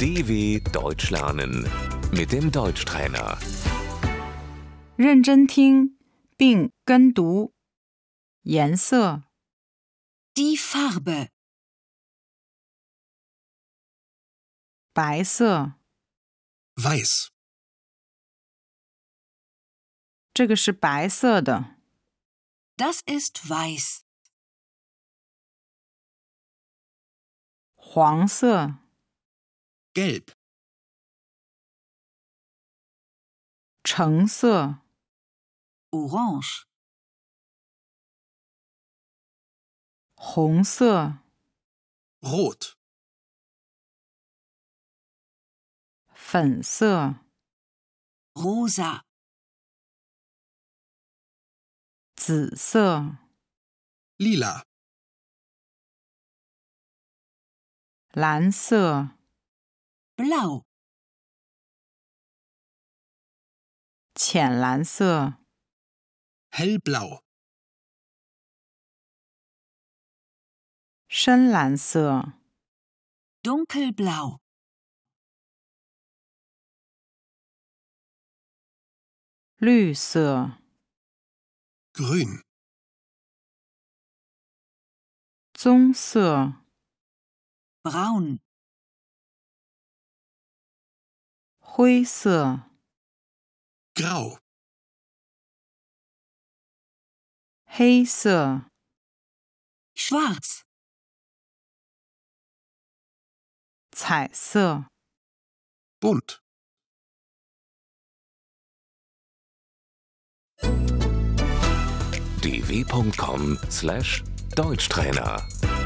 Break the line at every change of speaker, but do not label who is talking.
DW Deutsch lernen mit dem Deutschtrainer.
认真听并跟读。颜色、
Die Farbe.
白色，
Weiß.
这个是白色的。
Das ist weiß.
黄色、
Gelb.
橙色、
Orange.
红色、
Rot.
粉色、
Rosa.
紫色、
Lila.
蓝色、
Blau.
浅蓝色、
Hellblau.
深蓝色、
Dunkelblau.
绿色、
Grün.
棕色、
Braun.
灰色、
Grau.
黑色、
Schwarz.
彩色、
Bunt.
dw.com/deutschtrainer